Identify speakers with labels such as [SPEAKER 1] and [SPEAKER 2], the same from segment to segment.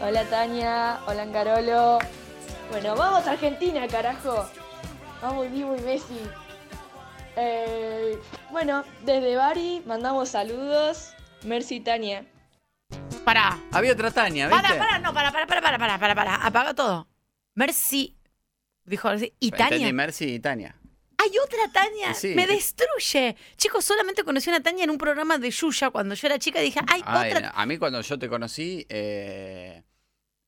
[SPEAKER 1] Hola Tania, hola Angarolo. Bueno, vamos a Argentina, carajo. Vamos Dibu y Messi. Eh, bueno, desde Bari mandamos saludos. Merci Tania.
[SPEAKER 2] Pará.
[SPEAKER 3] Había otra Tania, ¿viste?
[SPEAKER 2] Para, para, no, para, para, para, para, para, para, para. Apaga todo. Mercy. Dijo, y
[SPEAKER 3] Entendí,
[SPEAKER 2] Tania.
[SPEAKER 3] Mercy y Tania.
[SPEAKER 2] Hay otra Tania.
[SPEAKER 3] Y sí.
[SPEAKER 2] Me destruye. Chicos, solamente conocí a una Tania en un programa de Yuya. Cuando yo era chica dije, hay
[SPEAKER 3] Ay,
[SPEAKER 2] otra.
[SPEAKER 3] no, a mí cuando yo te conocí, eh,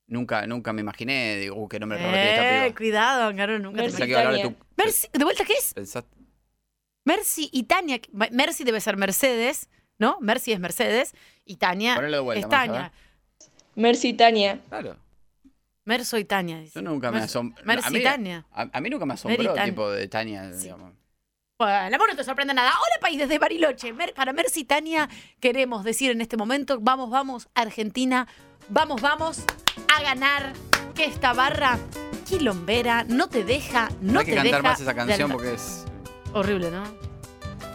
[SPEAKER 3] nunca, nunca me imaginé, digo, uh, qué nombre raro tiene esta
[SPEAKER 2] Eh,
[SPEAKER 3] piba.
[SPEAKER 2] cuidado, Angaro, nunca
[SPEAKER 1] Mercy.
[SPEAKER 3] Pensá
[SPEAKER 2] te
[SPEAKER 3] que iba a hablar de
[SPEAKER 1] Tania.
[SPEAKER 3] tu...
[SPEAKER 2] Mercy, ¿de vuelta qué es?
[SPEAKER 3] pensaste-
[SPEAKER 2] Mercy y Tania. Mercy debe ser Mercedes, ¿no? Mercy es Mercedes y Tania
[SPEAKER 3] Ponelo de vuelta,
[SPEAKER 2] es
[SPEAKER 3] vamos a
[SPEAKER 2] Tania.
[SPEAKER 1] Merci Tania.
[SPEAKER 3] Claro,
[SPEAKER 2] Merso y Tania. dice.
[SPEAKER 3] yo nunca me
[SPEAKER 2] Mercy-
[SPEAKER 3] asombré.
[SPEAKER 2] Mercy y Tania.
[SPEAKER 3] A, a mí nunca me
[SPEAKER 2] Mary
[SPEAKER 3] asombró,
[SPEAKER 2] Tania.
[SPEAKER 3] tipo, de Tania,
[SPEAKER 2] Sí.
[SPEAKER 3] digamos.
[SPEAKER 2] Bueno, vos no te sorprende nada. Hola, país, desde Bariloche. Mer- para Mercy y Tania queremos decir en este momento, vamos, vamos, Argentina, vamos, vamos a ganar que esta barra quilombera no te deja, no
[SPEAKER 3] Hay que
[SPEAKER 2] te
[SPEAKER 3] cantar
[SPEAKER 2] deja
[SPEAKER 3] más esa
[SPEAKER 2] de
[SPEAKER 3] canción
[SPEAKER 2] alta-
[SPEAKER 3] porque es...
[SPEAKER 2] Horrible, ¿no?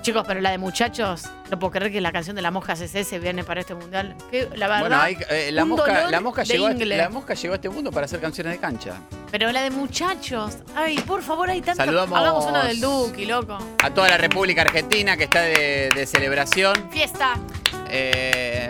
[SPEAKER 2] Chicos, pero la de muchachos, no puedo creer que la canción de la mosca CC viene para este mundial. Que, la verdad,
[SPEAKER 3] Bueno, hay- eh, la,
[SPEAKER 2] un
[SPEAKER 3] mosca,
[SPEAKER 2] dolor
[SPEAKER 3] la, mosca
[SPEAKER 2] de
[SPEAKER 3] llegó a este,
[SPEAKER 2] ingle.
[SPEAKER 3] la mosca llegó a este mundo para hacer canciones de cancha.
[SPEAKER 2] pero la de muchachos. Ay, por favor, hay tanto.
[SPEAKER 3] Saludamos.
[SPEAKER 2] Hagamos una del Duki, loco.
[SPEAKER 3] A toda la República Argentina que está de, de celebración.
[SPEAKER 2] Fiesta.
[SPEAKER 3] eh,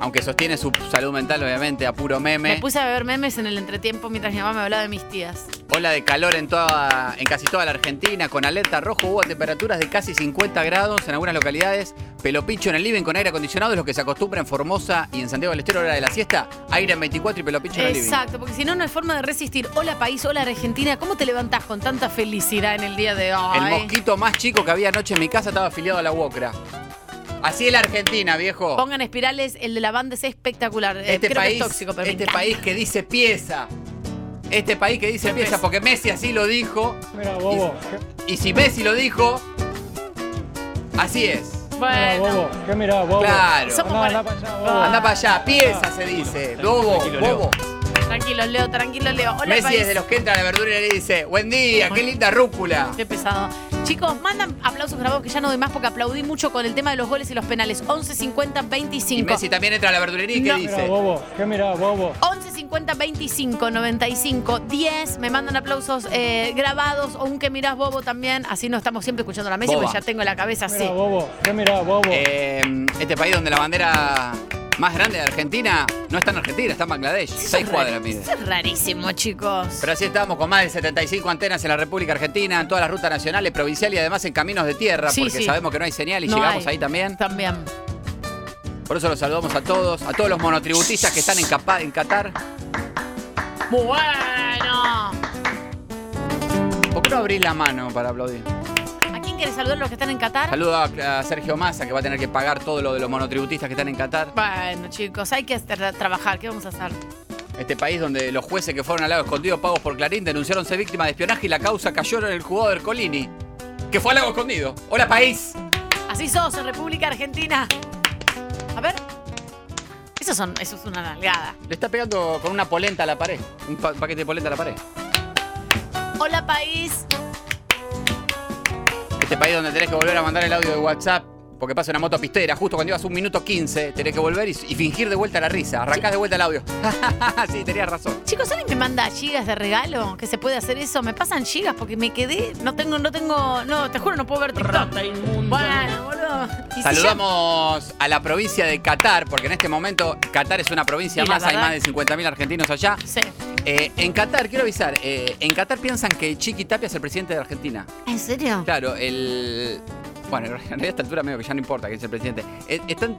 [SPEAKER 3] aunque sostiene su salud mental, obviamente, a puro
[SPEAKER 2] Me
[SPEAKER 3] meme.
[SPEAKER 2] puse a ver memes en el entretiempo mientras mi mamá me hablaba de mis tías.
[SPEAKER 3] Ola de calor en, toda, en casi toda la Argentina, con alerta rojo hubo temperaturas de casi 50 grados en algunas localidades. Pelopicho en el living con aire acondicionado es lo que se acostumbra en Formosa y en Santiago del Estero, hora de la siesta. Aire en 24 y pelopicho en el living.
[SPEAKER 2] Exacto, porque si no, no hay forma de resistir. Hola país, hola Argentina, ¿cómo te levantás con tanta felicidad en el día de hoy?
[SPEAKER 3] El mosquito más chico que había anoche en mi casa estaba afiliado a la UOCRA. Así es la Argentina, viejo.
[SPEAKER 2] Pongan espirales, el de la banda es espectacular. Eh,
[SPEAKER 3] este
[SPEAKER 2] Creo
[SPEAKER 3] país,
[SPEAKER 2] que es tóxico, pero me
[SPEAKER 3] este
[SPEAKER 2] encanta.
[SPEAKER 3] país que dice pieza. Este país que dice
[SPEAKER 2] Qué
[SPEAKER 3] pieza,
[SPEAKER 2] pesa.
[SPEAKER 3] porque Messi así lo dijo.
[SPEAKER 4] Mira, bobo.
[SPEAKER 3] Y si Messi lo dijo, así es.
[SPEAKER 4] Mira,
[SPEAKER 2] Bueno,
[SPEAKER 4] bobo. ¿Qué mirá, bobo?
[SPEAKER 3] Claro.
[SPEAKER 2] Somos
[SPEAKER 4] Andá,
[SPEAKER 2] para-
[SPEAKER 4] andá para allá, bobo.
[SPEAKER 3] Anda para allá, pieza se dice. Bobo,
[SPEAKER 4] tranquilo, Leo.
[SPEAKER 3] bobo.
[SPEAKER 2] tranquilo, Leo, tranquilo, Leo. Hola
[SPEAKER 3] Messi
[SPEAKER 2] país.
[SPEAKER 3] es de los que entra a la verdura y le dice, buen día, qué linda rúcula.
[SPEAKER 2] Qué pesado. Chicos, mandan aplausos grabados que ya no doy más porque aplaudí mucho con el tema de los goles y los penales. 11, 50,
[SPEAKER 3] Y
[SPEAKER 2] 25.
[SPEAKER 3] Messi también entra a la verdulería y qué
[SPEAKER 2] No.
[SPEAKER 4] Mira,
[SPEAKER 3] dice.
[SPEAKER 4] bobo. ¿Qué mirá, bobo?
[SPEAKER 2] 11 50 25 95 10. Me mandan aplausos eh, grabados o un que mirás bobo también. Así no estamos siempre escuchando a la Messi
[SPEAKER 3] Boba.
[SPEAKER 2] porque ya tengo la cabeza así.
[SPEAKER 4] Mira, bobo. ¿Qué mirá, bobo?
[SPEAKER 3] Eh, este país donde la bandera más grande de Argentina no está en Argentina, está en Bangladesh.
[SPEAKER 2] Eso es
[SPEAKER 3] Seis
[SPEAKER 2] raro.
[SPEAKER 3] cuadras, mide.
[SPEAKER 2] Eso es rarísimo, chicos.
[SPEAKER 3] Pero así estamos con más de 75 antenas en la República Argentina, en todas las rutas nacionales, provinciales y además en caminos de tierra,
[SPEAKER 2] Sí,
[SPEAKER 3] porque
[SPEAKER 2] sí.
[SPEAKER 3] sabemos que no hay señal y
[SPEAKER 2] No
[SPEAKER 3] llegamos
[SPEAKER 2] hay.
[SPEAKER 3] ahí también.
[SPEAKER 2] También.
[SPEAKER 3] Por eso los saludamos a todos, a todos los monotributistas que están en, Capa- en Qatar.
[SPEAKER 2] Bueno.
[SPEAKER 3] ¿Por qué no abrís la mano para aplaudir?
[SPEAKER 2] ¿A quién quieres saludar los que están en Qatar?
[SPEAKER 3] Saludo a, a Sergio Massa, que va a tener que pagar todo lo de los monotributistas que están en Qatar.
[SPEAKER 2] Bueno, chicos, hay que tra- trabajar. ¿Qué vamos a hacer?
[SPEAKER 3] Este país donde los jueces que fueron al lago escondido pagos por Clarín denunciaron ser víctimas de espionaje y la causa cayó en el jugador Colini, que fue al lago escondido. ¡Hola, país!
[SPEAKER 2] Así sos en República Argentina. A ver. Eso, son, eso es una nalgada.
[SPEAKER 3] Le está pegando con una polenta a la pared, un pa- paquete de polenta a la pared.
[SPEAKER 2] Hola, país.
[SPEAKER 3] Este país donde tenés que volver a mandar el audio de WhatsApp porque pasa una moto pistera, justo cuando ibas un minuto 15, tenés que volver y, y fingir de vuelta la risa. Arrancás de vuelta el audio. sí, tenías razón.
[SPEAKER 2] Chicos, ¿alguien me manda gigas de regalo? ¿Que se puede hacer eso? ¿Me pasan gigas? Porque me quedé. No tengo, no tengo. No, te juro, no puedo ver TikTok. Bueno, boludo. Y si
[SPEAKER 3] Saludamos a la provincia de Qatar, porque en este momento Qatar es una provincia
[SPEAKER 2] Y la
[SPEAKER 3] más, hay
[SPEAKER 2] verdad-
[SPEAKER 3] más de 50.000 argentinos allá.
[SPEAKER 2] ya- Sí.
[SPEAKER 3] Eh, en Qatar, quiero avisar, eh, en Qatar piensan que Chiqui Tapia es el presidente de Argentina.
[SPEAKER 2] ¿En serio?
[SPEAKER 3] Claro, el. Bueno, en realidad a esta altura medio que ya no importa quién es el presidente. Eh, están-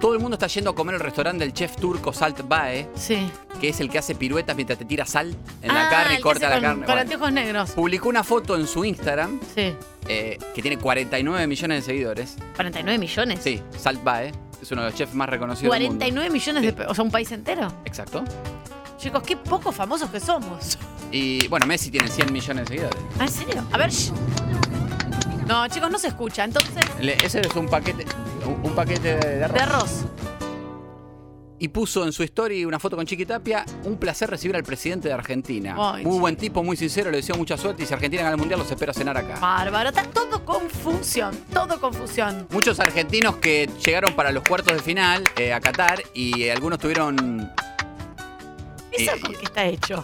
[SPEAKER 3] Todo el mundo está yendo a comer al restaurante del chef turco Salt Bae.
[SPEAKER 2] Sí.
[SPEAKER 3] que es el que hace piruetas mientras te tira sal en
[SPEAKER 2] Ah,
[SPEAKER 3] la carne
[SPEAKER 2] el
[SPEAKER 3] y
[SPEAKER 2] que
[SPEAKER 3] corta
[SPEAKER 2] hace
[SPEAKER 3] la
[SPEAKER 2] con-
[SPEAKER 3] carne.
[SPEAKER 2] Con
[SPEAKER 3] Bueno,
[SPEAKER 2] anteojos negros.
[SPEAKER 3] publicó una foto en su Instagram
[SPEAKER 2] Sí.
[SPEAKER 3] eh, que tiene 49 millones de seguidores.
[SPEAKER 2] 49 millones.
[SPEAKER 3] Sí, Salt Bae es uno de los chefs más reconocidos del mundo.
[SPEAKER 2] 49 millones de. pe- O sea, un país entero.
[SPEAKER 3] Exacto.
[SPEAKER 2] Chicos, qué poco famosos que somos.
[SPEAKER 3] Y bueno, Messi tiene 100 millones de seguidores.
[SPEAKER 2] Ah, ¿En serio? A ver. sh- No, chicos, no se escucha. Entonces,
[SPEAKER 3] Le- ese es un paquete un, un paquete de, de arroz.
[SPEAKER 2] de arroz.
[SPEAKER 3] y puso en su story una foto con Chiqui Tapia. Un placer recibir al presidente de Argentina.
[SPEAKER 2] Ay,
[SPEAKER 3] muy
[SPEAKER 2] sí.
[SPEAKER 3] buen tipo, muy sincero, le deseo mucha suerte y si Argentina gana el mundial los espero a cenar acá.
[SPEAKER 2] Bárbaro, está todo confusión, todo confusión.
[SPEAKER 3] Muchos argentinos que llegaron para los cuartos de final eh, a Qatar y eh, algunos tuvieron.
[SPEAKER 2] ¿Eso
[SPEAKER 3] Eh,
[SPEAKER 2] con qué está hecho?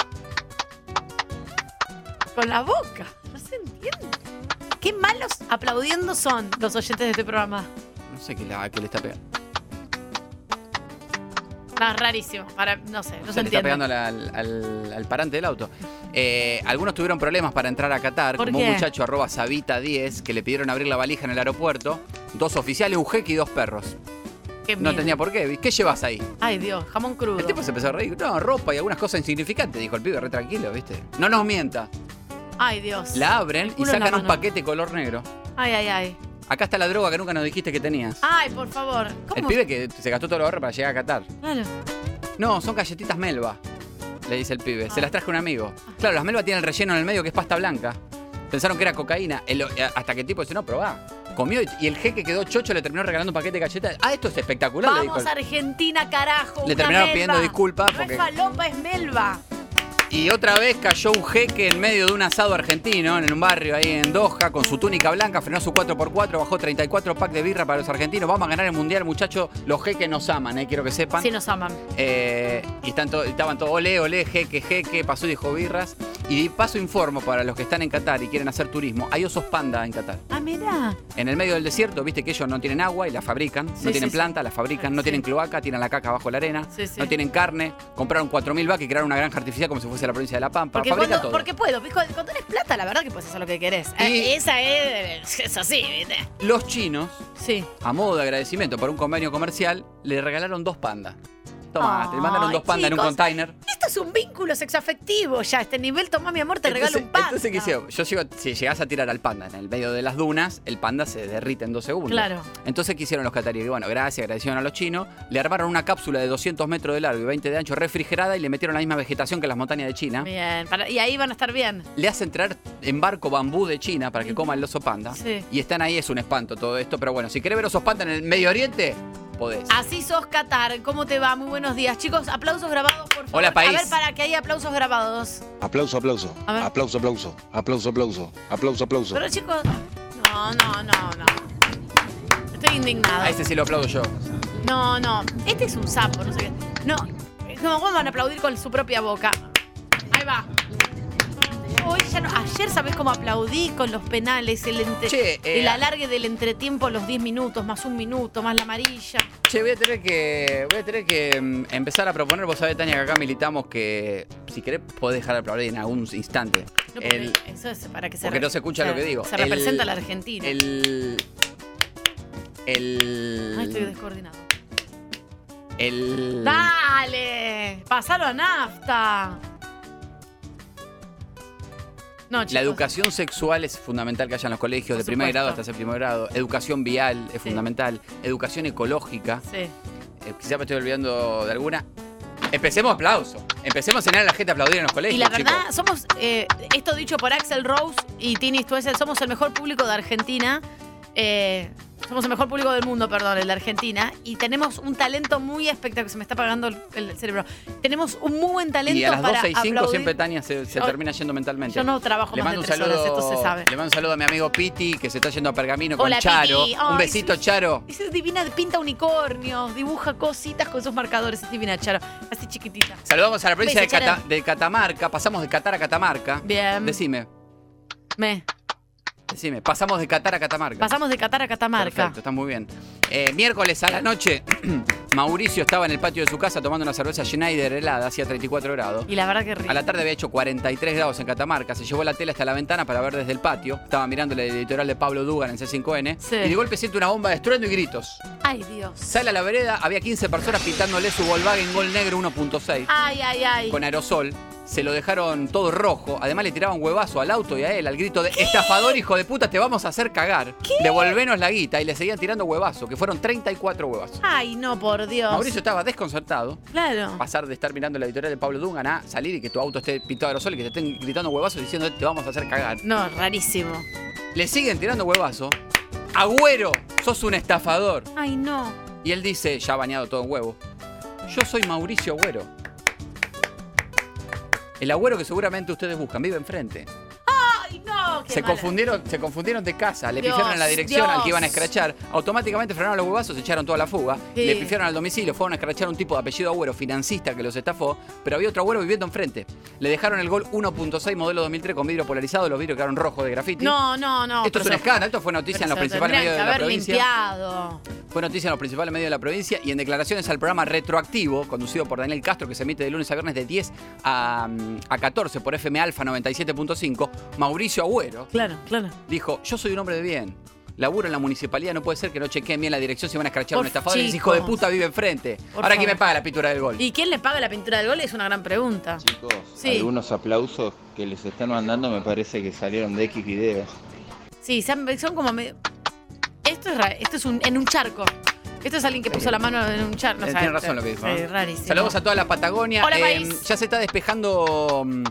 [SPEAKER 2] Con la boca, no se entiende. Qué malos aplaudiendo son los oyentes de este programa.
[SPEAKER 3] No sé qué, la- qué le está pegando.
[SPEAKER 2] No, es rarísimo, para, no sé, no se,
[SPEAKER 3] Se le está
[SPEAKER 2] entiende.
[SPEAKER 3] pegando al, al- al- al parante del auto. Eh, algunos tuvieron problemas para entrar a Qatar,
[SPEAKER 2] ¿Por
[SPEAKER 3] como un
[SPEAKER 2] qué?
[SPEAKER 3] muchacho arroba Sabita10 que le pidieron abrir la valija en el aeropuerto. Dos oficiales, un jeque y dos perros.
[SPEAKER 2] Qué
[SPEAKER 3] No
[SPEAKER 2] miedo.
[SPEAKER 3] tenía por qué. ¿Qué llevas ahí?
[SPEAKER 2] Ay Dios, jamón crudo.
[SPEAKER 3] El tipo se empezó a reír. No, ropa y algunas cosas insignificantes, dijo el pibe, re tranquilo, ¿viste? No nos mienta.
[SPEAKER 2] Ay Dios.
[SPEAKER 3] La abren y
[SPEAKER 2] culo en la
[SPEAKER 3] sacan un
[SPEAKER 2] mano.
[SPEAKER 3] paquete color negro.
[SPEAKER 2] Ay, ay, ay.
[SPEAKER 3] Acá está la droga que nunca nos dijiste que tenías.
[SPEAKER 2] Ay, por favor. ¿Cómo?
[SPEAKER 3] El pibe que se gastó todo lo ahorro para llegar a Qatar.
[SPEAKER 2] Claro.
[SPEAKER 3] No, son galletitas melva, le dice el pibe.
[SPEAKER 2] Ah.
[SPEAKER 3] Se las traje un amigo. Claro, las melva tienen el relleno en el medio que es pasta blanca. Pensaron que era cocaína. El- eh, hasta que el tipo dice, no, probá. Comió y, y el jeque quedó chocho, le terminó regalando un paquete de galletas. Ah, esto es espectacular, le dijo
[SPEAKER 2] Vamos
[SPEAKER 3] el-
[SPEAKER 2] a Argentina, carajo.
[SPEAKER 3] Le
[SPEAKER 2] una
[SPEAKER 3] terminaron
[SPEAKER 2] melva.
[SPEAKER 3] pidiendo disculpas
[SPEAKER 2] No
[SPEAKER 3] porque-
[SPEAKER 2] es falopa, es melva.
[SPEAKER 3] Y otra vez cayó un jeque en medio de un asado argentino en un barrio ahí en Doha con su túnica blanca, frenó su 4x4, bajó 34 pack de birra para los argentinos. Vamos a ganar el mundial, muchachos. Los jeques nos aman, eh, quiero que sepan.
[SPEAKER 2] Sí nos aman.
[SPEAKER 3] Eh, y están to- estaban todos, ole, ole, jeque, jeque, pasó y dijo birras. Y de paso informo para los que están en Qatar y quieren hacer turismo, hay osos panda en Qatar.
[SPEAKER 2] Ah, mira.
[SPEAKER 3] En el medio del desierto, viste que ellos no tienen agua y la fabrican,
[SPEAKER 2] Sí,
[SPEAKER 3] no
[SPEAKER 2] sí,
[SPEAKER 3] tienen
[SPEAKER 2] sí.
[SPEAKER 3] planta, la fabrican, no
[SPEAKER 2] Sí.
[SPEAKER 3] tienen cloaca, tienen la caca bajo la arena,
[SPEAKER 2] Sí, sí.
[SPEAKER 3] no tienen carne, compraron 4.000 vacas y crearon una granja artificial como si fuese la provincia de La Pampa,
[SPEAKER 2] Porque,
[SPEAKER 3] fabrican
[SPEAKER 2] cuando-
[SPEAKER 3] todo.
[SPEAKER 2] porque puedo. porque Cuando tenés plata, la verdad que puedes hacer lo que querés.
[SPEAKER 3] Y-
[SPEAKER 2] Eh, esa es. Es así, ¿viste?
[SPEAKER 3] Los chinos,
[SPEAKER 2] Sí.
[SPEAKER 3] a modo de agradecimiento por un convenio comercial, le regalaron dos pandas. Toma, te
[SPEAKER 2] Ay,
[SPEAKER 3] mandaron dos pandas en un
[SPEAKER 2] chicos.
[SPEAKER 3] container.
[SPEAKER 2] Esto es un vínculo sexoafectivo ya. a Este nivel, toma mi amor, te regalo un pan.
[SPEAKER 3] Entonces, ¿qué hicieron? Yo llego, si llegás a tirar al panda en el medio de las dunas, el panda se derrite en dos segundos.
[SPEAKER 2] Claro.
[SPEAKER 3] Entonces, ¿qué hicieron los cataríes? Bueno, gracias, agradecieron a los chinos. Le armaron una cápsula de 200 metros de largo y 20 de ancho refrigerada y le metieron la misma vegetación que las montañas de China.
[SPEAKER 2] Bien. para- y ahí van a estar bien.
[SPEAKER 3] Le hacen traer en barco bambú de China para que coma el oso panda.
[SPEAKER 2] Sí.
[SPEAKER 3] Y están ahí, es un espanto todo esto. Pero bueno, si querés ver osos panda en el Medio Oriente, podés.
[SPEAKER 2] Así sos Qatar. ¿Cómo te va? Muy buenos días. Chicos, aplausos grabados, por favor.
[SPEAKER 3] Hola, país.
[SPEAKER 2] A ver, para que haya aplausos grabados.
[SPEAKER 5] Aplauso, aplauso.
[SPEAKER 2] A ver.
[SPEAKER 5] Aplauso, aplauso. Aplauso, aplauso. Aplauso, aplauso.
[SPEAKER 2] Pero chicos. No, no, no, no. Estoy indignado.
[SPEAKER 3] A este sí lo aplaudo yo.
[SPEAKER 2] No, no. Este es un sapo, no sé qué. No. Es como cómo van a aplaudir con su propia boca. Ahí va. Hoy ya no. Ayer, ¿sabés cómo aplaudí con los penales? El, entre-
[SPEAKER 3] Che, eh,
[SPEAKER 2] el alargue del entretiempo, los 10 minutos, más un minuto, más la amarilla.
[SPEAKER 3] Che, voy a tener que, voy a tener que mm, empezar a proponer, vos sabés, Tania, que acá militamos que si querés podés dejar de aplaudir en algún instante.
[SPEAKER 2] No, porque
[SPEAKER 3] El-
[SPEAKER 2] eso es para que se
[SPEAKER 3] porque
[SPEAKER 2] re-
[SPEAKER 3] no se escucha lo que digo.
[SPEAKER 2] Se
[SPEAKER 3] El-
[SPEAKER 2] representa la Argentina.
[SPEAKER 3] el, el,
[SPEAKER 2] Ay, Ah, estoy descoordinado.
[SPEAKER 3] el,
[SPEAKER 2] ¡Dale! ¡Pasalo a nafta! No, chicos.
[SPEAKER 3] la educación sexual es fundamental que haya en los colegios
[SPEAKER 2] Por
[SPEAKER 3] de primer grado
[SPEAKER 2] supuesto.
[SPEAKER 3] hasta séptimo grado. Educación vial es
[SPEAKER 2] Sí.
[SPEAKER 3] fundamental. Educación ecológica.
[SPEAKER 2] Sí.
[SPEAKER 3] Eh, quizá me estoy olvidando de alguna. Empecemos aplauso. Empecemos a enseñar a la gente a aplaudir en los colegios.
[SPEAKER 2] Y la
[SPEAKER 3] chicos.
[SPEAKER 2] verdad, somos, eh, esto dicho por Axel Rose y Tini Stoessel, somos el mejor público de Argentina. eh, somos el mejor público del mundo, perdón, el de Argentina. Y tenemos un talento muy espectacular. Se me está apagando el, el cerebro. Tenemos un muy buen talento
[SPEAKER 3] Y a las
[SPEAKER 2] para
[SPEAKER 3] 12 y 5
[SPEAKER 2] aplaudir.
[SPEAKER 3] siempre Tania se, se
[SPEAKER 2] Yo-
[SPEAKER 3] termina yendo mentalmente.
[SPEAKER 2] Yo no trabajo
[SPEAKER 3] Le
[SPEAKER 2] más
[SPEAKER 3] mando,
[SPEAKER 2] de
[SPEAKER 3] un
[SPEAKER 2] tres
[SPEAKER 3] saludo,
[SPEAKER 2] horas, esto se sabe.
[SPEAKER 3] le mando un saludo a mi amigo Piti, que se está yendo a Pergamino con
[SPEAKER 2] Hola,
[SPEAKER 3] Charo.
[SPEAKER 2] Piti. Ay,
[SPEAKER 3] un besito,
[SPEAKER 2] sí.
[SPEAKER 3] Charo.
[SPEAKER 2] Esa es divina, pinta unicornios, dibuja cositas con sus marcadores. Es divina, Charo. Así chiquitita.
[SPEAKER 3] Saludamos a la provincia
[SPEAKER 2] Beso,
[SPEAKER 3] de, Cata-
[SPEAKER 2] Charo.
[SPEAKER 3] de Catamarca. Pasamos de Qatar a Catamarca.
[SPEAKER 2] Bien.
[SPEAKER 3] Decime,
[SPEAKER 2] Me.
[SPEAKER 3] decime. Pasamos de Qatar a Catamarca.
[SPEAKER 2] Pasamos de Qatar a Catamarca.
[SPEAKER 3] Perfecto, está muy bien. Eh, miércoles a la noche, Mauricio estaba en el patio de su casa tomando una cerveza Schneider helada, hacía 34 grados.
[SPEAKER 2] Y la verdad que rico.
[SPEAKER 3] A la tarde había hecho 43 grados en Catamarca, se llevó la tela hasta la ventana para ver desde el patio, estaba mirando el editorial de Pablo Dugan en C5N,
[SPEAKER 2] Sí.
[SPEAKER 3] y de golpe siente una bomba de estruendo y gritos.
[SPEAKER 2] Ay, Dios.
[SPEAKER 3] Sale a la vereda, había 15 personas pintándole su Volkswagen Gol Negro 1.6
[SPEAKER 2] Ay, ay, ay.
[SPEAKER 3] con aerosol, se lo dejaron todo rojo, además le tiraban huevazo al auto y a él al grito de estafador hijo de puta, te vamos a hacer cagar, devolvenos la guita, y le seguían tirando huevazo, que fueron 34 huevazos.
[SPEAKER 2] Ay, no, por Dios.
[SPEAKER 3] Mauricio Ah. estaba desconcertado,
[SPEAKER 2] Claro.
[SPEAKER 3] pasar de estar mirando la editorial de Pablo Dungan a salir y que tu auto esté pintado de aerosol y que te estén gritando huevazos diciendo te vamos a hacer cagar.
[SPEAKER 2] No, rarísimo.
[SPEAKER 3] Le siguen tirando huevazo. Agüero, sos un estafador.
[SPEAKER 2] Ay, no.
[SPEAKER 3] Y él dice, ya bañado todo en huevo. Yo soy Mauricio Agüero. El agüero que seguramente ustedes buscan, vive enfrente.
[SPEAKER 2] Ay, no, qué
[SPEAKER 3] Se
[SPEAKER 2] mala.
[SPEAKER 3] confundieron, se confundieron de casa, le
[SPEAKER 2] Dios,
[SPEAKER 3] pifiaron en la dirección al que iban a
[SPEAKER 2] Dios.
[SPEAKER 3] escrachar, automáticamente frenaron los huevazos, echaron toda la fuga,
[SPEAKER 2] Sí.
[SPEAKER 3] le pifiaron al domicilio, fueron a escrachar a un tipo de apellido agüero, financista que los estafó, pero había otro agüero viviendo enfrente. Le dejaron el gol 1.6 modelo 2003 con vidrio polarizado, los vidrios quedaron rojos de graffiti.
[SPEAKER 2] No, no, no.
[SPEAKER 3] esto es un
[SPEAKER 2] pero se-
[SPEAKER 3] escándalo, esto fue noticia en los
[SPEAKER 2] pero se
[SPEAKER 3] principales medios
[SPEAKER 2] tendrían
[SPEAKER 3] de
[SPEAKER 2] que
[SPEAKER 3] la
[SPEAKER 2] haber
[SPEAKER 3] provincia.
[SPEAKER 2] limpiado.
[SPEAKER 3] Fue noticia en los principales medios de la provincia y en declaraciones al programa Retroactivo, conducido por Daniel Castro, que se emite de lunes a viernes de 10 a, mm, a 14 por FM Alfa 97.5, Mauricio Agüero
[SPEAKER 2] Claro, claro.
[SPEAKER 3] dijo, yo soy un hombre de bien. Laburo en la municipalidad, no puede ser que no chequeen bien la dirección si van a escrachar a
[SPEAKER 2] Por
[SPEAKER 3] un estafador y ese hijo
[SPEAKER 2] chicos.
[SPEAKER 3] de puta vive enfrente.
[SPEAKER 2] Por
[SPEAKER 3] Ahora quién
[SPEAKER 2] favor.
[SPEAKER 3] me paga la pintura del gol.
[SPEAKER 2] ¿Y quién le paga la pintura del gol? Es una gran pregunta.
[SPEAKER 6] Chicos,
[SPEAKER 2] Sí.
[SPEAKER 6] algunos aplausos que les están mandando me parece que salieron de X videos.
[SPEAKER 2] Sí, se han- son como medio- Esto es ra- esto es un, en un charco. Esto es alguien que puso la mano en un charco.
[SPEAKER 3] Eh,
[SPEAKER 2] o sea,
[SPEAKER 3] tiene razón lo que dijo.
[SPEAKER 2] sí,
[SPEAKER 3] ¿no?
[SPEAKER 2] rarísimo.
[SPEAKER 3] Saludos a toda la Patagonia. Eh,
[SPEAKER 2] Hola, país.
[SPEAKER 3] ya se está despejando. mm,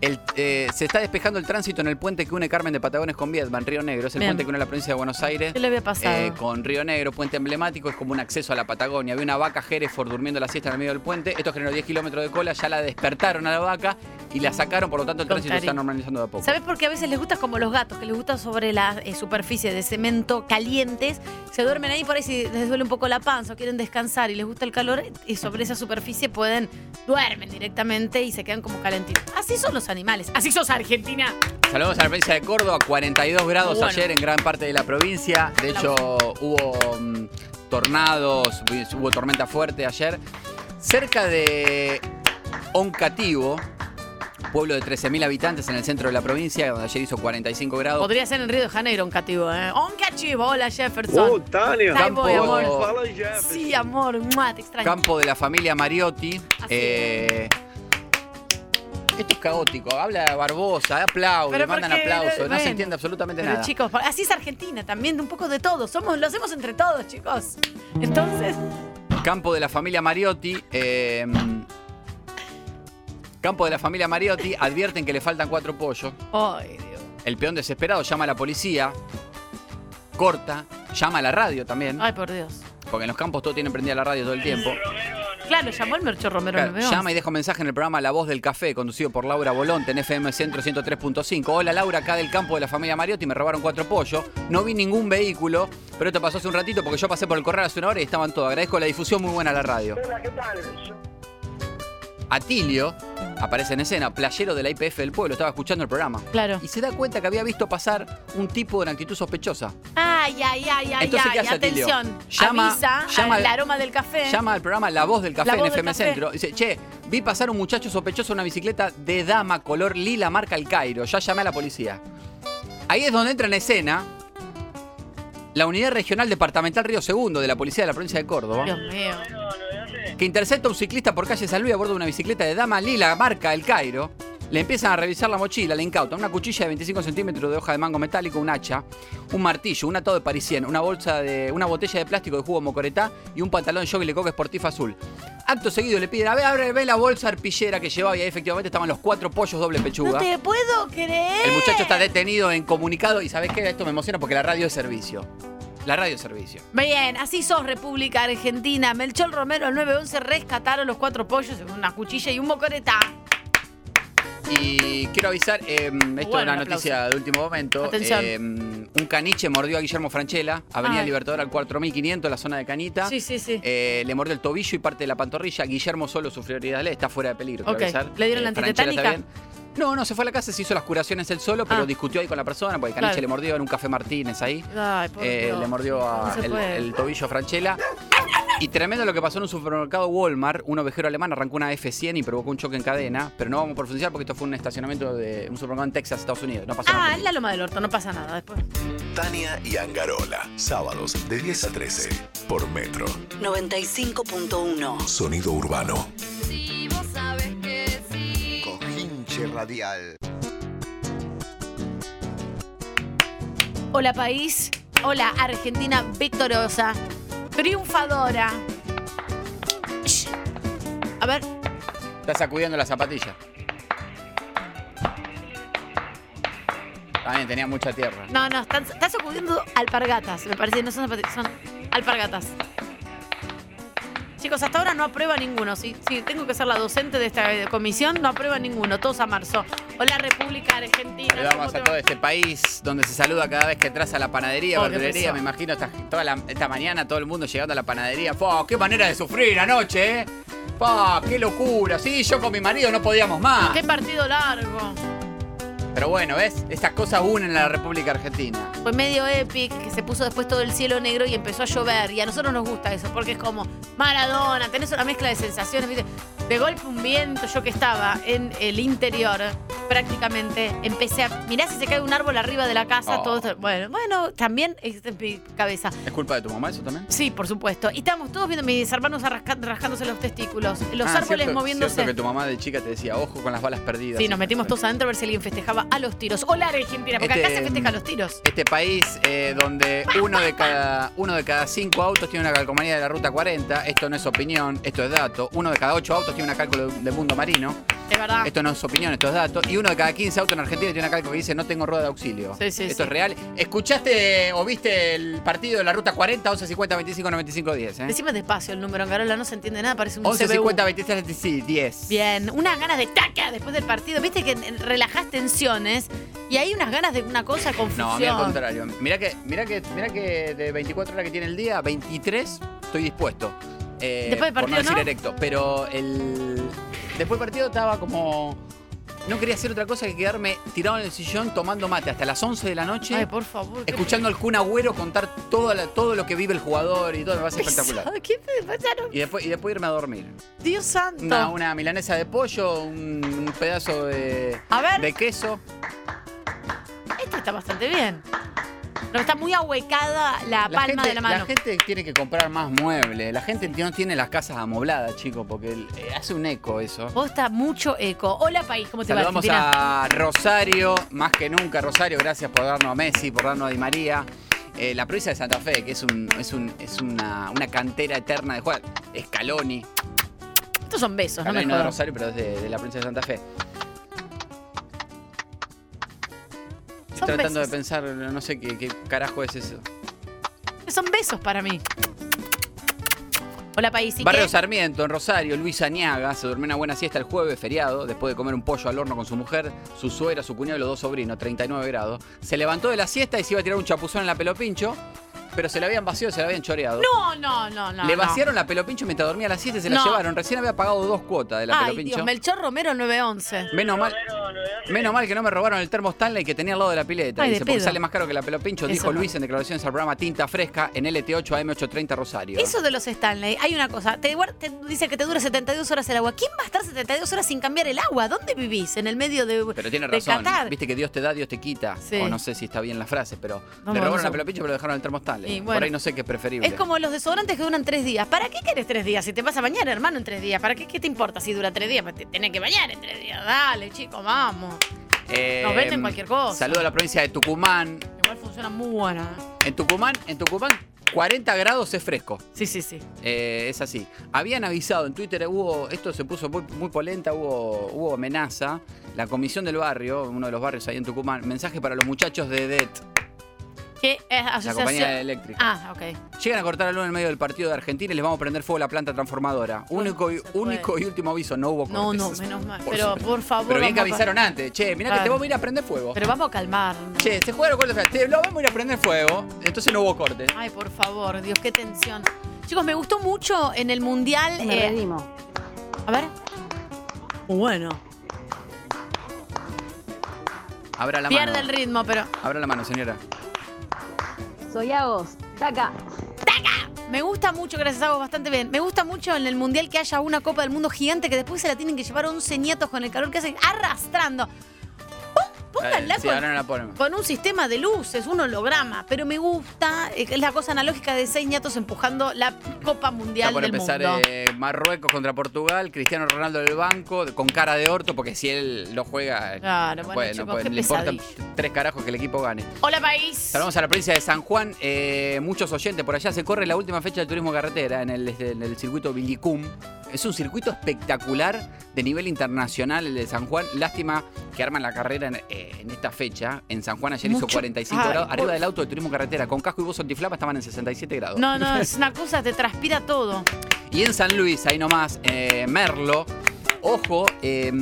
[SPEAKER 3] El, eh, se está despejando el tránsito en el puente que une Carmen de Patagones con Viedma, en Río Negro. Es el
[SPEAKER 2] Bien.
[SPEAKER 3] puente que une la provincia de Buenos Aires
[SPEAKER 2] ¿Qué le había pasado?
[SPEAKER 3] eh, con Río Negro, puente emblemático, es como un acceso a la Patagonia. Había una vaca Hereford durmiendo la siesta en el medio del puente. Esto generó 10 kilómetros de cola, ya la despertaron a la vaca y la sacaron, por lo tanto el
[SPEAKER 2] Con
[SPEAKER 3] tránsito se está
[SPEAKER 2] cariño.
[SPEAKER 3] normalizando de a poco.
[SPEAKER 2] ¿Sabes por qué a veces les gusta como los gatos, que les gusta sobre la eh, superficie de cemento calientes? Se duermen ahí por ahí si les duele un poco la panza o quieren descansar y les gusta el calor y sobre esa superficie pueden duermen directamente y se quedan como calentitos. Así son los animales. Así sos Argentina.
[SPEAKER 3] Saludos a la provincia de Córdoba, 42 grados
[SPEAKER 2] Bueno.
[SPEAKER 3] ayer en gran parte de la provincia. De hecho, hubo mm, tornados, hubo tormenta fuerte ayer. Cerca de Oncativo, pueblo de 13.000 habitantes en el centro de la provincia, donde ayer hizo 45 grados.
[SPEAKER 2] Podría ser en Río de Janeiro un cativo, ¿eh? Un cachivo. Hola, Jefferson.
[SPEAKER 7] Tânia!
[SPEAKER 2] Ahí voy,
[SPEAKER 3] Campo-
[SPEAKER 2] amor.
[SPEAKER 7] Fala aí, Jefferson.
[SPEAKER 2] Sí, amor, mua, te extraño.
[SPEAKER 3] Campo de la familia Mariotti.
[SPEAKER 2] Así
[SPEAKER 3] Eh, esto es caótico, habla Barbosa, aplaude,
[SPEAKER 2] Pero
[SPEAKER 3] mandan
[SPEAKER 2] porque-
[SPEAKER 3] aplausos, no
[SPEAKER 2] bueno.
[SPEAKER 3] se entiende absolutamente
[SPEAKER 2] Pero
[SPEAKER 3] nada.
[SPEAKER 2] chicos, por- así es Argentina también, de un poco de todo. Somos, lo hacemos entre todos, chicos. Entonces,
[SPEAKER 3] Campo de la familia Mariotti. eh, campo de la familia Mariotti. Advierten que le faltan cuatro pollos.
[SPEAKER 2] ay, Dios.
[SPEAKER 3] El peón desesperado llama a la policía. Corta. Llama a la radio también.
[SPEAKER 2] Ay, por Dios.
[SPEAKER 3] Porque en los campos todos tienen prendida la radio todo el tiempo.
[SPEAKER 2] Claro, llamó el Mercho Romero
[SPEAKER 3] Claro,
[SPEAKER 2] 911.
[SPEAKER 3] llama y deja un mensaje en el programa La Voz del Café, conducido por Laura Bolonte en FM Centro 103.5. Hola Laura, acá del campo de la familia Mariotti me robaron cuatro pollos. No vi ningún vehículo, pero esto pasó hace un ratito porque yo pasé por el corral hace una hora y estaban todos. Agradezco la difusión, muy buena la radio. Atilio aparece en escena, playero de la IPF del pueblo, estaba escuchando el programa.
[SPEAKER 2] Claro.
[SPEAKER 3] Y se da cuenta que había visto pasar un tipo de una actitud sospechosa.
[SPEAKER 2] Ay, ay, ay, ay,
[SPEAKER 3] Entonces, ¿qué
[SPEAKER 2] ay.
[SPEAKER 3] hace Atilio?
[SPEAKER 2] Atención.
[SPEAKER 3] Llama-
[SPEAKER 2] Avisa
[SPEAKER 3] llama
[SPEAKER 2] al
[SPEAKER 3] al-
[SPEAKER 2] aroma del café.
[SPEAKER 3] Llama al programa La Voz del Café
[SPEAKER 2] La Voz
[SPEAKER 3] en
[SPEAKER 2] del
[SPEAKER 3] FM
[SPEAKER 2] Café.
[SPEAKER 3] Centro. Dice, che, vi pasar un muchacho sospechoso en una bicicleta de dama color lila marca El Cairo. Ya llamé a la policía. Ahí es donde entra en escena la Unidad Regional Departamental Río Segundo de la Policía de la Provincia de Córdoba,
[SPEAKER 2] Dios mío.
[SPEAKER 3] que intercepta a un ciclista por calle San Luis a bordo de una bicicleta de dama lila marca El Cairo. Le empiezan a revisar la mochila, le incautan una cuchilla de 25 centímetros de hoja de mango metálico, un hacha, un martillo, un atado de parisiano, una bolsa de. una botella de plástico de jugo mocoretá y un pantalón jogging Lecoq Sportif azul. Acto seguido le piden, a ver, abre, ve la bolsa arpillera que llevaba y ahí efectivamente estaban los cuatro pollos doble
[SPEAKER 2] No
[SPEAKER 3] pechuga.
[SPEAKER 2] te puedo creer.
[SPEAKER 3] El muchacho está detenido en comunicado y ¿sabes qué? Esto me emociona porque la radio es servicio. La radio es servicio.
[SPEAKER 2] Bien, así sos República Argentina. Melchor Romero, el 911, rescataron los cuatro pollos con una cuchilla y un mocoreta.
[SPEAKER 3] Y quiero avisar, eh, esto es
[SPEAKER 2] Bueno,
[SPEAKER 3] una
[SPEAKER 2] un
[SPEAKER 3] noticia de último momento.
[SPEAKER 2] Atención.
[SPEAKER 3] Eh, un caniche mordió a Guillermo Franchella, Avenida
[SPEAKER 2] Ay.
[SPEAKER 3] Libertadora al 4500, la zona de Canita.
[SPEAKER 2] Sí, sí, sí.
[SPEAKER 3] Eh, le mordió el tobillo y parte de la pantorrilla. Guillermo solo sufrió heridas leves, está fuera de peligro. quiero
[SPEAKER 2] Ok.
[SPEAKER 3] avisar. Eh,
[SPEAKER 2] ¿Le dieron la
[SPEAKER 3] Franchella está
[SPEAKER 2] antitetánica?
[SPEAKER 3] bien. No, no, se fue a la casa, se hizo las curaciones él solo, pero
[SPEAKER 2] Ah.
[SPEAKER 3] discutió ahí con la persona, porque Caniche
[SPEAKER 2] Claro.
[SPEAKER 3] le mordió en un café Martínez ahí.
[SPEAKER 2] Ay, por
[SPEAKER 3] Eh,
[SPEAKER 2] Dios.
[SPEAKER 3] le mordió a-
[SPEAKER 2] No se
[SPEAKER 3] el,
[SPEAKER 2] puede.
[SPEAKER 3] el tobillo a Franchella. Y tremendo lo que pasó en un supermercado Walmart. Un ovejero alemán arrancó una F100 y provocó un choque en cadena. Pero no vamos a profundizar porque esto fue un estacionamiento de un supermercado en Texas, Estados Unidos. No pasó
[SPEAKER 2] Ah,
[SPEAKER 3] nada.
[SPEAKER 2] es la loma del orto, no pasa nada después.
[SPEAKER 8] Tania y Angarola. Sábados de 10 a 13 por Metro.
[SPEAKER 9] 95.1.
[SPEAKER 8] Sonido urbano.
[SPEAKER 10] Si vos sabes que sí.
[SPEAKER 11] Cojinche Radial.
[SPEAKER 2] Hola país, hola Argentina victoriosa, triunfadora. Shh. A ver,
[SPEAKER 3] Está sacudiendo la zapatilla. También tenía mucha tierra.
[SPEAKER 2] no, no, están, están sacudiendo alpargatas, me parece, no son zapatillas, son alpargatas. Chicos, Chicos, hasta ahora no aprueba ninguno. Si, si tengo que ser la docente de esta eh, comisión, no aprueba ninguno. Todos a marzo. Hola, República Argentina. ¿cómo
[SPEAKER 3] Saludamos
[SPEAKER 2] te
[SPEAKER 3] a
[SPEAKER 2] va?
[SPEAKER 3] todo este país donde se saluda cada vez que entras a la panadería,
[SPEAKER 2] Oh, qué
[SPEAKER 3] verdulería.
[SPEAKER 2] pesado.
[SPEAKER 3] Me imagino esta, toda la- esta mañana todo el mundo llegando a la panadería. ¡Fua! ¡Qué manera de sufrir anoche, eh! ¡Fua! ¡Qué locura! Sí, yo con mi marido no podíamos más.
[SPEAKER 2] Qué partido largo.
[SPEAKER 3] Pero bueno, ¿ves? Estas cosas unen a la República Argentina.
[SPEAKER 2] Fue medio epic, que se puso después todo el cielo negro y empezó a llover. Y a nosotros nos gusta eso, porque es como Maradona, tenés una mezcla de sensaciones. ¿viste? De golpe un viento, yo que estaba en el interior, prácticamente, empecé a. Mirá si se cae un árbol arriba de la casa,
[SPEAKER 3] Oh.
[SPEAKER 2] todo esto. Bueno, bueno, también es en mi cabeza.
[SPEAKER 3] ¿Es culpa de tu mamá eso también?
[SPEAKER 2] Sí, por supuesto. Y estamos todos viendo mis hermanos arrasca- rascándose los testículos, los
[SPEAKER 3] Ah,
[SPEAKER 2] árboles
[SPEAKER 3] cierto-
[SPEAKER 2] moviéndose.
[SPEAKER 3] Cierto que tu mamá de chica te decía, ojo con las balas perdidas.
[SPEAKER 2] Sí, nos metimos todos adentro a ver si alguien festejaba a los tiros. Hola Argentina, porque acá
[SPEAKER 3] Este,
[SPEAKER 2] se festeja a los tiros.
[SPEAKER 3] Este país eh, donde uno de, cada, uno de cada cinco autos tiene una calcomanía de la Ruta 40, esto no es opinión, esto es dato. Uno de cada ocho autos tiene una cálculo de mundo marino,
[SPEAKER 2] Es verdad.
[SPEAKER 3] esto no es opinión, esto es dato. Y uno de cada 15 autos en Argentina tiene una calco que dice no tengo rueda de auxilio.
[SPEAKER 2] Sí, sí,
[SPEAKER 3] esto
[SPEAKER 2] sí.
[SPEAKER 3] es real. ¿Escuchaste o viste el partido de la Ruta 40, 11, 50, 25, 95, 10? Eh?
[SPEAKER 2] Decime despacio el número, Angarola, no se entiende nada, parece un
[SPEAKER 3] 11,
[SPEAKER 2] CBU.
[SPEAKER 3] 50, 26, 26, 10.
[SPEAKER 2] Bien, unas ganas de taca después del partido. Viste que eh, relajás tensiones y hay unas ganas de una cosa confusión.
[SPEAKER 3] No, a mí al contrario. Mirá que, mirá que, mirá que de 24 horas que tiene el día, 23 estoy dispuesto. Eh,
[SPEAKER 2] Después del
[SPEAKER 3] por
[SPEAKER 2] partido,
[SPEAKER 3] no decir
[SPEAKER 2] ¿no?
[SPEAKER 3] erecto. Pero el. Después del partido estaba como. No quería hacer otra cosa que quedarme tirado en el sillón tomando mate hasta las 11 de la noche.
[SPEAKER 2] Ay, por favor. qué
[SPEAKER 3] Escuchando al Kun Agüero contar toda la- todo lo que vive el jugador y todo, me parece
[SPEAKER 2] pesado,
[SPEAKER 3] espectacular.
[SPEAKER 2] ¿Qué te pasa? No,
[SPEAKER 3] Y después, y después irme a dormir.
[SPEAKER 2] Dios santo.
[SPEAKER 3] Una, una milanesa de pollo, un, un pedazo de,
[SPEAKER 2] A ver.
[SPEAKER 3] de queso.
[SPEAKER 2] Esta está bastante bien. No, está muy ahuecada la, palma
[SPEAKER 3] gente,
[SPEAKER 2] de la mano.
[SPEAKER 3] gente tiene que comprar más muebles. La gente no tiene las casas amobladas, chicos, porque el- eh, hace un eco eso.
[SPEAKER 2] Posta mucho eco. Hola, país, ¿cómo te
[SPEAKER 3] Saludamos
[SPEAKER 2] va, Argentina?
[SPEAKER 3] a Rosario, más que nunca. Rosario, gracias por darnos a Messi, por darnos a Di María. Eh, la provincia de Santa Fe, que es, un, es, un- es una, una cantera eterna de jugar. Scaloni,
[SPEAKER 2] Estos son besos, no me
[SPEAKER 3] Scaloni no de
[SPEAKER 2] jodas.
[SPEAKER 3] Rosario, pero es de, de la provincia de Santa Fe.
[SPEAKER 2] Son
[SPEAKER 3] Estoy tratando
[SPEAKER 2] besos.
[SPEAKER 3] de pensar, no sé qué, qué carajo es eso.
[SPEAKER 2] Son besos para mí. Hola, país, ¿y
[SPEAKER 3] Barrio
[SPEAKER 2] qué?
[SPEAKER 3] Sarmiento, en Rosario, Luis Añaga se durmió una buena siesta el jueves feriado, después de comer un pollo al horno con su mujer, su suegra, su cuñado y los dos sobrinos, 39 grados. Se levantó de la siesta y se iba a tirar un chapuzón en la pelopincho, pero se la habían vaciado y se la habían choreado.
[SPEAKER 2] No, no, no, no.
[SPEAKER 3] Le
[SPEAKER 2] no.
[SPEAKER 3] vaciaron la pelopincho mientras dormía a la siesta y se la
[SPEAKER 2] No.
[SPEAKER 3] llevaron. Recién había pagado dos cuotas de la
[SPEAKER 2] Ay,
[SPEAKER 3] pelopincho.
[SPEAKER 2] Dios, Melchor Romero 911.
[SPEAKER 3] Menos mal, menos mal que no me robaron el termo Stanley que tenía al lado de la pileta.
[SPEAKER 2] Ay, de
[SPEAKER 3] Dice, porque
[SPEAKER 2] pedo.
[SPEAKER 3] sale más caro que la pelopincho,
[SPEAKER 2] Eso
[SPEAKER 3] dijo
[SPEAKER 2] no.
[SPEAKER 3] Luis en declaraciones al programa Tinta Fresca en LT8 AM830 Rosario.
[SPEAKER 2] Eso de los Stanley, hay una cosa, te, guar- te dice que te dura 72 horas el agua. ¿Quién va a estar 72 horas sin cambiar el agua? ¿Dónde vivís? En el medio de,
[SPEAKER 3] Pero tiene
[SPEAKER 2] de
[SPEAKER 3] razón.
[SPEAKER 2] Qatar.
[SPEAKER 3] Viste que Dios te da, Dios te quita.
[SPEAKER 2] Sí.
[SPEAKER 3] O no sé si está bien la frase, pero
[SPEAKER 2] Vamos,
[SPEAKER 3] le
[SPEAKER 2] vamos
[SPEAKER 3] robaron
[SPEAKER 2] a-
[SPEAKER 3] la pelopincha pero le dejaron el termostal. eh.
[SPEAKER 2] Y bueno.
[SPEAKER 3] Por ahí no sé qué es preferible.
[SPEAKER 2] Es como los desodorantes que duran tres días. ¿Para qué querés tres días? Si te vas a bañar, hermano, en tres días. ¿Para qué, qué te importa si dura tres días? Pues Te tenés que bañar en tres días. Dale, chico, vamos.
[SPEAKER 3] Eh,
[SPEAKER 2] nos venden cualquier cosa.
[SPEAKER 3] Saludo a la provincia de Tucumán.
[SPEAKER 2] Igual funciona muy buena. ¿eh?
[SPEAKER 3] En Tucumán, en Tucumán, 40 grados es fresco.
[SPEAKER 2] Sí, sí, sí.
[SPEAKER 3] Eh, es así. Habían avisado en Twitter, eh, hubo, esto se puso muy, muy polenta, hubo, hubo amenaza. La comisión del barrio, uno de los barrios ahí en Tucumán, mensaje para los muchachos de DET,
[SPEAKER 2] ¿Qué es
[SPEAKER 3] la
[SPEAKER 2] asociación?
[SPEAKER 3] compañía eléctrica.
[SPEAKER 2] Ah, ok.
[SPEAKER 3] Llegan a cortar la luz en el medio del partido de Argentina y les vamos a prender fuego a la planta transformadora.
[SPEAKER 2] Bueno,
[SPEAKER 3] Único y,
[SPEAKER 2] se puede.
[SPEAKER 3] único y último aviso, no hubo cortes.
[SPEAKER 2] No, no, menos mal.
[SPEAKER 3] Por
[SPEAKER 2] Pero
[SPEAKER 3] supuesto.
[SPEAKER 2] por favor.
[SPEAKER 3] Pero bien que
[SPEAKER 2] vamos a-
[SPEAKER 3] avisaron antes. Che, mirá que
[SPEAKER 2] Claro.
[SPEAKER 3] te vamos a ir a prender fuego.
[SPEAKER 2] Pero vamos a calmar.
[SPEAKER 3] Che, se jugaron con los... Te lo vamos a ir a prender fuego. Entonces no hubo corte.
[SPEAKER 2] Ay, por favor, Dios, qué tensión. Chicos, me gustó mucho en el mundial. eh, a ver. Bueno.
[SPEAKER 3] Abra la
[SPEAKER 2] Pierde
[SPEAKER 3] mano.
[SPEAKER 2] el ritmo, pero.
[SPEAKER 3] Abra la mano, señora.
[SPEAKER 10] Soy Agos. Taca.
[SPEAKER 2] Me gusta mucho, gracias a vos, bastante bien. Me gusta mucho en el Mundial que haya una Copa del Mundo gigante que después se la tienen que llevar 11 nietos con el calor que hacen arrastrando. Pon- Pónganla
[SPEAKER 3] Eh, sí,
[SPEAKER 2] con,
[SPEAKER 3] ahora no la ponemos.
[SPEAKER 2] con un sistema de luces, un holograma, pero me gusta. eh, Es la cosa analógica de seis nietos empujando la Copa
[SPEAKER 3] Está
[SPEAKER 2] Mundial
[SPEAKER 3] por
[SPEAKER 2] del
[SPEAKER 3] empezar
[SPEAKER 2] Mundo.
[SPEAKER 3] eh, Marruecos contra Portugal, Cristiano Ronaldo del banco, con cara de orto, porque si él lo juega,
[SPEAKER 2] Claro, bueno,
[SPEAKER 3] puede,
[SPEAKER 2] chicos,
[SPEAKER 3] puede.
[SPEAKER 2] qué
[SPEAKER 3] le importan
[SPEAKER 2] pesadilla.
[SPEAKER 3] tres carajos que el equipo gane.
[SPEAKER 2] Hola, país.
[SPEAKER 3] Saludamos a la provincia de San Juan. eh, muchos oyentes por allá. Se corre la última fecha del turismo carretera en el, este, en el circuito Villicum. Es un circuito espectacular de nivel internacional el de San Juan. Lástima que arman la carrera en, eh, en esta fecha. En San Juan ayer hizo
[SPEAKER 2] Mucho-
[SPEAKER 3] 45
[SPEAKER 2] Ay,
[SPEAKER 3] grados.
[SPEAKER 2] por-
[SPEAKER 3] Arriba del auto de turismo carretera, con casco y voz antiflapa estaban en 67 grados.
[SPEAKER 2] No, no, es una cosa, te transpira todo.
[SPEAKER 3] Y en San Luis, ahí nomás, eh, Merlo. Ojo, eh,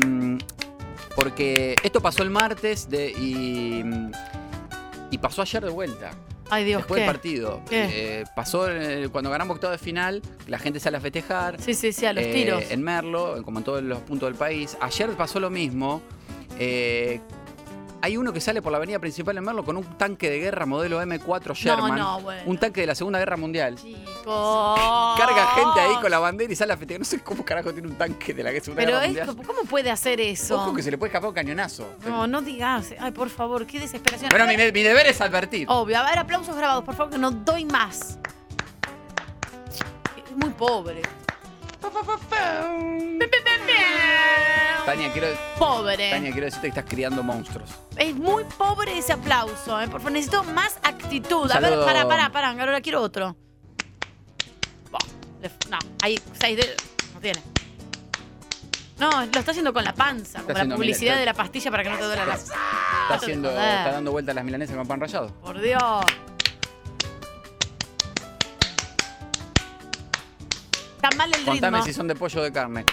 [SPEAKER 3] porque esto pasó el martes de- y, y pasó ayer de vuelta.
[SPEAKER 2] Ay, Dios,
[SPEAKER 3] Después del
[SPEAKER 2] ¿qué?
[SPEAKER 3] partido.
[SPEAKER 2] ¿Qué?
[SPEAKER 3] Eh, pasó eh, cuando ganamos octavo de final, la gente sale a festejar.
[SPEAKER 2] Sí, sí, sí, a los
[SPEAKER 3] eh,
[SPEAKER 2] tiros.
[SPEAKER 3] En Merlo, como en todos los puntos del país. Ayer pasó lo mismo. Eh, hay uno que sale por la avenida principal en Merlo con un tanque de guerra modelo M4 Sherman.
[SPEAKER 2] no, bueno.
[SPEAKER 3] Un tanque de la Segunda Guerra Mundial.
[SPEAKER 2] Chicos.
[SPEAKER 3] Carga gente ahí con la bandera y sale a festejar. No sé cómo carajo tiene un tanque de la Segunda
[SPEAKER 2] Pero
[SPEAKER 3] Guerra
[SPEAKER 2] es,
[SPEAKER 3] Mundial.
[SPEAKER 2] ¿cómo puede hacer eso?
[SPEAKER 3] ¿eh? Ojo que se le puede escapar un cañonazo.
[SPEAKER 2] No, no digas. Ay, por favor, qué desesperación.
[SPEAKER 3] Bueno,
[SPEAKER 2] A
[SPEAKER 3] mi,
[SPEAKER 2] ver,
[SPEAKER 3] mi deber es advertir.
[SPEAKER 2] Obvio, a ver, aplausos grabados, por favor, que no doy más. Es muy pobre.
[SPEAKER 3] Tania, quiero,
[SPEAKER 2] Eh. Pobre.
[SPEAKER 3] Tania, quiero decirte que estás criando monstruos.
[SPEAKER 2] Es muy pobre ese aplauso, ¿eh? Por favor, necesito más actitud. A ver,
[SPEAKER 3] Saludo.
[SPEAKER 2] para, para, para, ahora quiero otro. Buah, le- No, ahí, seis dedos. No tiene. No, lo está haciendo con la panza, como la
[SPEAKER 3] haciendo,
[SPEAKER 2] publicidad
[SPEAKER 3] mira,
[SPEAKER 2] de la pastilla para que no te duela la panza.
[SPEAKER 3] Está, haciendo,
[SPEAKER 2] joder.
[SPEAKER 3] está dando vueltas las milanesas con pan rallado.
[SPEAKER 2] Por Dios. Está mal el
[SPEAKER 3] Contame
[SPEAKER 2] ritmo.
[SPEAKER 3] si son de pollo o de carne.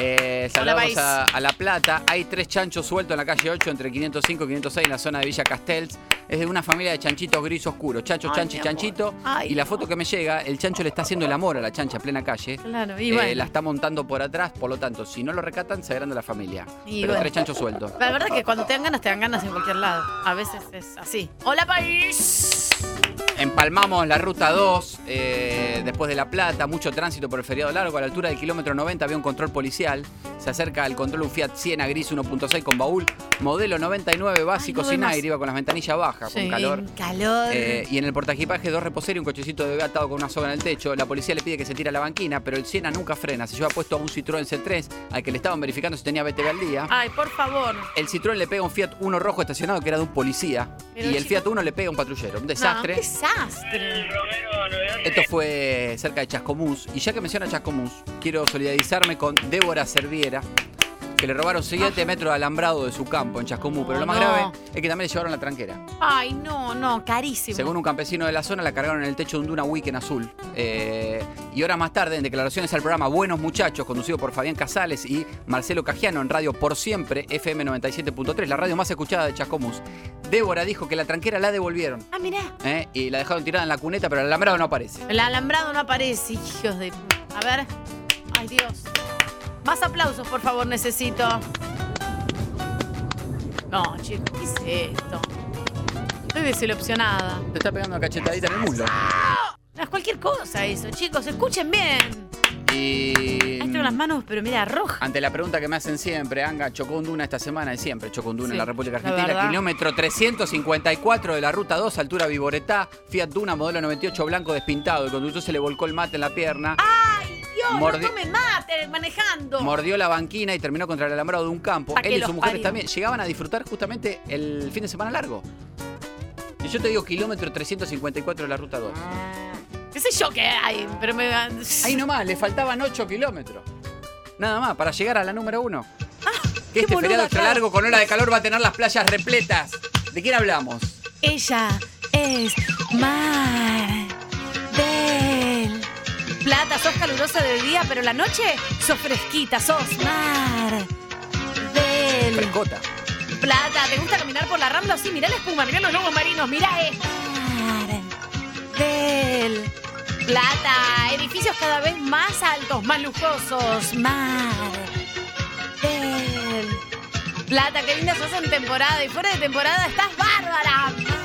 [SPEAKER 3] Eh,
[SPEAKER 2] Hola,
[SPEAKER 3] saludamos
[SPEAKER 2] país.
[SPEAKER 3] a, a La Plata. Hay tres chanchos sueltos en la calle 8 entre 505 y 506 en la zona de Villa Castells. Es de una familia de chanchitos gris oscuros. Chancho,
[SPEAKER 2] Ay,
[SPEAKER 3] chanchi,
[SPEAKER 2] mi amor.
[SPEAKER 3] chanchito.
[SPEAKER 2] Ay,
[SPEAKER 3] y la
[SPEAKER 2] no.
[SPEAKER 3] foto que me llega, el chancho le está haciendo el amor a la chancha en plena calle.
[SPEAKER 2] Claro, y
[SPEAKER 3] Eh,
[SPEAKER 2] bueno.
[SPEAKER 3] la está montando por atrás, por lo tanto, si no lo recatan, se agranda la familia.
[SPEAKER 2] Y
[SPEAKER 3] Pero
[SPEAKER 2] bueno.
[SPEAKER 3] tres chanchos sueltos.
[SPEAKER 2] La verdad que cuando te dan ganas, te dan ganas en cualquier lado. A veces es así. ¡Hola, país!
[SPEAKER 3] Empalmamos la ruta 2, eh, después de La Plata, mucho tránsito por el feriado largo. A la altura del kilómetro 90 había un control policial. Se acerca al control un Fiat Siena gris 1.6 con baúl, modelo 99 básico
[SPEAKER 2] Ay, no doy
[SPEAKER 3] sin
[SPEAKER 2] más.
[SPEAKER 3] aire, iba con las ventanillas bajas,
[SPEAKER 2] Sí,
[SPEAKER 3] con calor.
[SPEAKER 2] calor.
[SPEAKER 3] Eh, y en el portaequipaje dos reposeros y un cochecito de bebé atado con una soga en el techo. La policía le pide que se tire a la banquina, pero el Siena nunca frena. Se lleva puesto a un Citroën C3 al que le estaban verificando si tenía BTV al día.
[SPEAKER 2] Ay, por favor.
[SPEAKER 3] El Citroën le pega a un Fiat 1 rojo estacionado que era de un policía.
[SPEAKER 2] Pero,
[SPEAKER 3] y el
[SPEAKER 2] chicos-
[SPEAKER 3] Fiat 1 le pega a un patrullero. Un
[SPEAKER 2] No,
[SPEAKER 3] desastre.
[SPEAKER 2] un desastre.
[SPEAKER 3] Esto fue cerca de Chascomús. Y ya que menciona Chascomús, quiero solidarizarme con Débora Cerviera, que le robaron 7 metros de alambrado de su campo en Chascomús.
[SPEAKER 2] No,
[SPEAKER 3] Pero lo más
[SPEAKER 2] no.
[SPEAKER 3] grave es que también le llevaron la tranquera.
[SPEAKER 2] Ay, no, no, carísimo.
[SPEAKER 3] Según un campesino de la zona, la cargaron en el techo de un Duna Weekend azul. Eh, y horas más tarde, en declaraciones al programa Buenos Muchachos, conducido por Fabián Casales y Marcelo Cajiano en Radio Por Siempre, FM 97.3, la radio más escuchada de Chascomús, Débora dijo que la tranquera la devolvieron.
[SPEAKER 2] Ah, mirá.
[SPEAKER 3] ¿eh? Y la dejaron tirada en la cuneta, pero el alambrado no aparece.
[SPEAKER 2] El alambrado no aparece, hijos de. A ver. Ay, Dios. Más aplausos, por favor, necesito. No, chicos, ¿qué es esto? Estoy desilusionada.
[SPEAKER 3] Te está pegando una cachetadita en el muslo.
[SPEAKER 2] No, es cualquier cosa eso, chicos. Escuchen bien.
[SPEAKER 3] Y.
[SPEAKER 2] Ahí tengo las manos, pero mira, rojas.
[SPEAKER 3] Ante la pregunta que me hacen siempre, Anga, chocó un duna esta semana y siempre chocó un duna
[SPEAKER 2] Sí,
[SPEAKER 3] en la
[SPEAKER 2] la
[SPEAKER 3] República Argentina.
[SPEAKER 2] verdad.
[SPEAKER 3] kilómetro 354 de la ruta 2, altura Viboretá, Fiat Duna, modelo 98 blanco despintado. El conductor se le volcó el mate en la pierna,
[SPEAKER 2] Ah. Dios,
[SPEAKER 3] Mordi-
[SPEAKER 2] no me maten manejando.
[SPEAKER 3] mordió la banquina y terminó contra el alambrado de un campo.
[SPEAKER 2] Pa' que
[SPEAKER 3] Él y
[SPEAKER 2] los
[SPEAKER 3] sus mujeres
[SPEAKER 2] parió.
[SPEAKER 3] también llegaban a disfrutar justamente el fin de semana largo. Y yo te digo kilómetro 354 de la ruta 2.
[SPEAKER 2] ¿Qué sé yo qué hay? Pero me.
[SPEAKER 3] Ahí nomás, le faltaban 8 kilómetros. Nada más, para llegar a la número 1. que este
[SPEAKER 2] boluda,
[SPEAKER 3] feriado extra
[SPEAKER 2] claro.
[SPEAKER 3] largo con hora de calor va a tener las playas repletas. ¿De quién hablamos?
[SPEAKER 2] Ella es Mar del Plata. Sos calurosa de día, pero la noche sos fresquita. Sos Mar del
[SPEAKER 3] Frescota.
[SPEAKER 2] Plata. ¿Te gusta caminar por la rambla? Sí, mirá la espuma, mirá los lobos marinos, mirá esto. Mar del Plata. Edificios cada vez más altos, más lujosos. Mar del Plata, qué linda sos en temporada. Y fuera de temporada estás bárbara.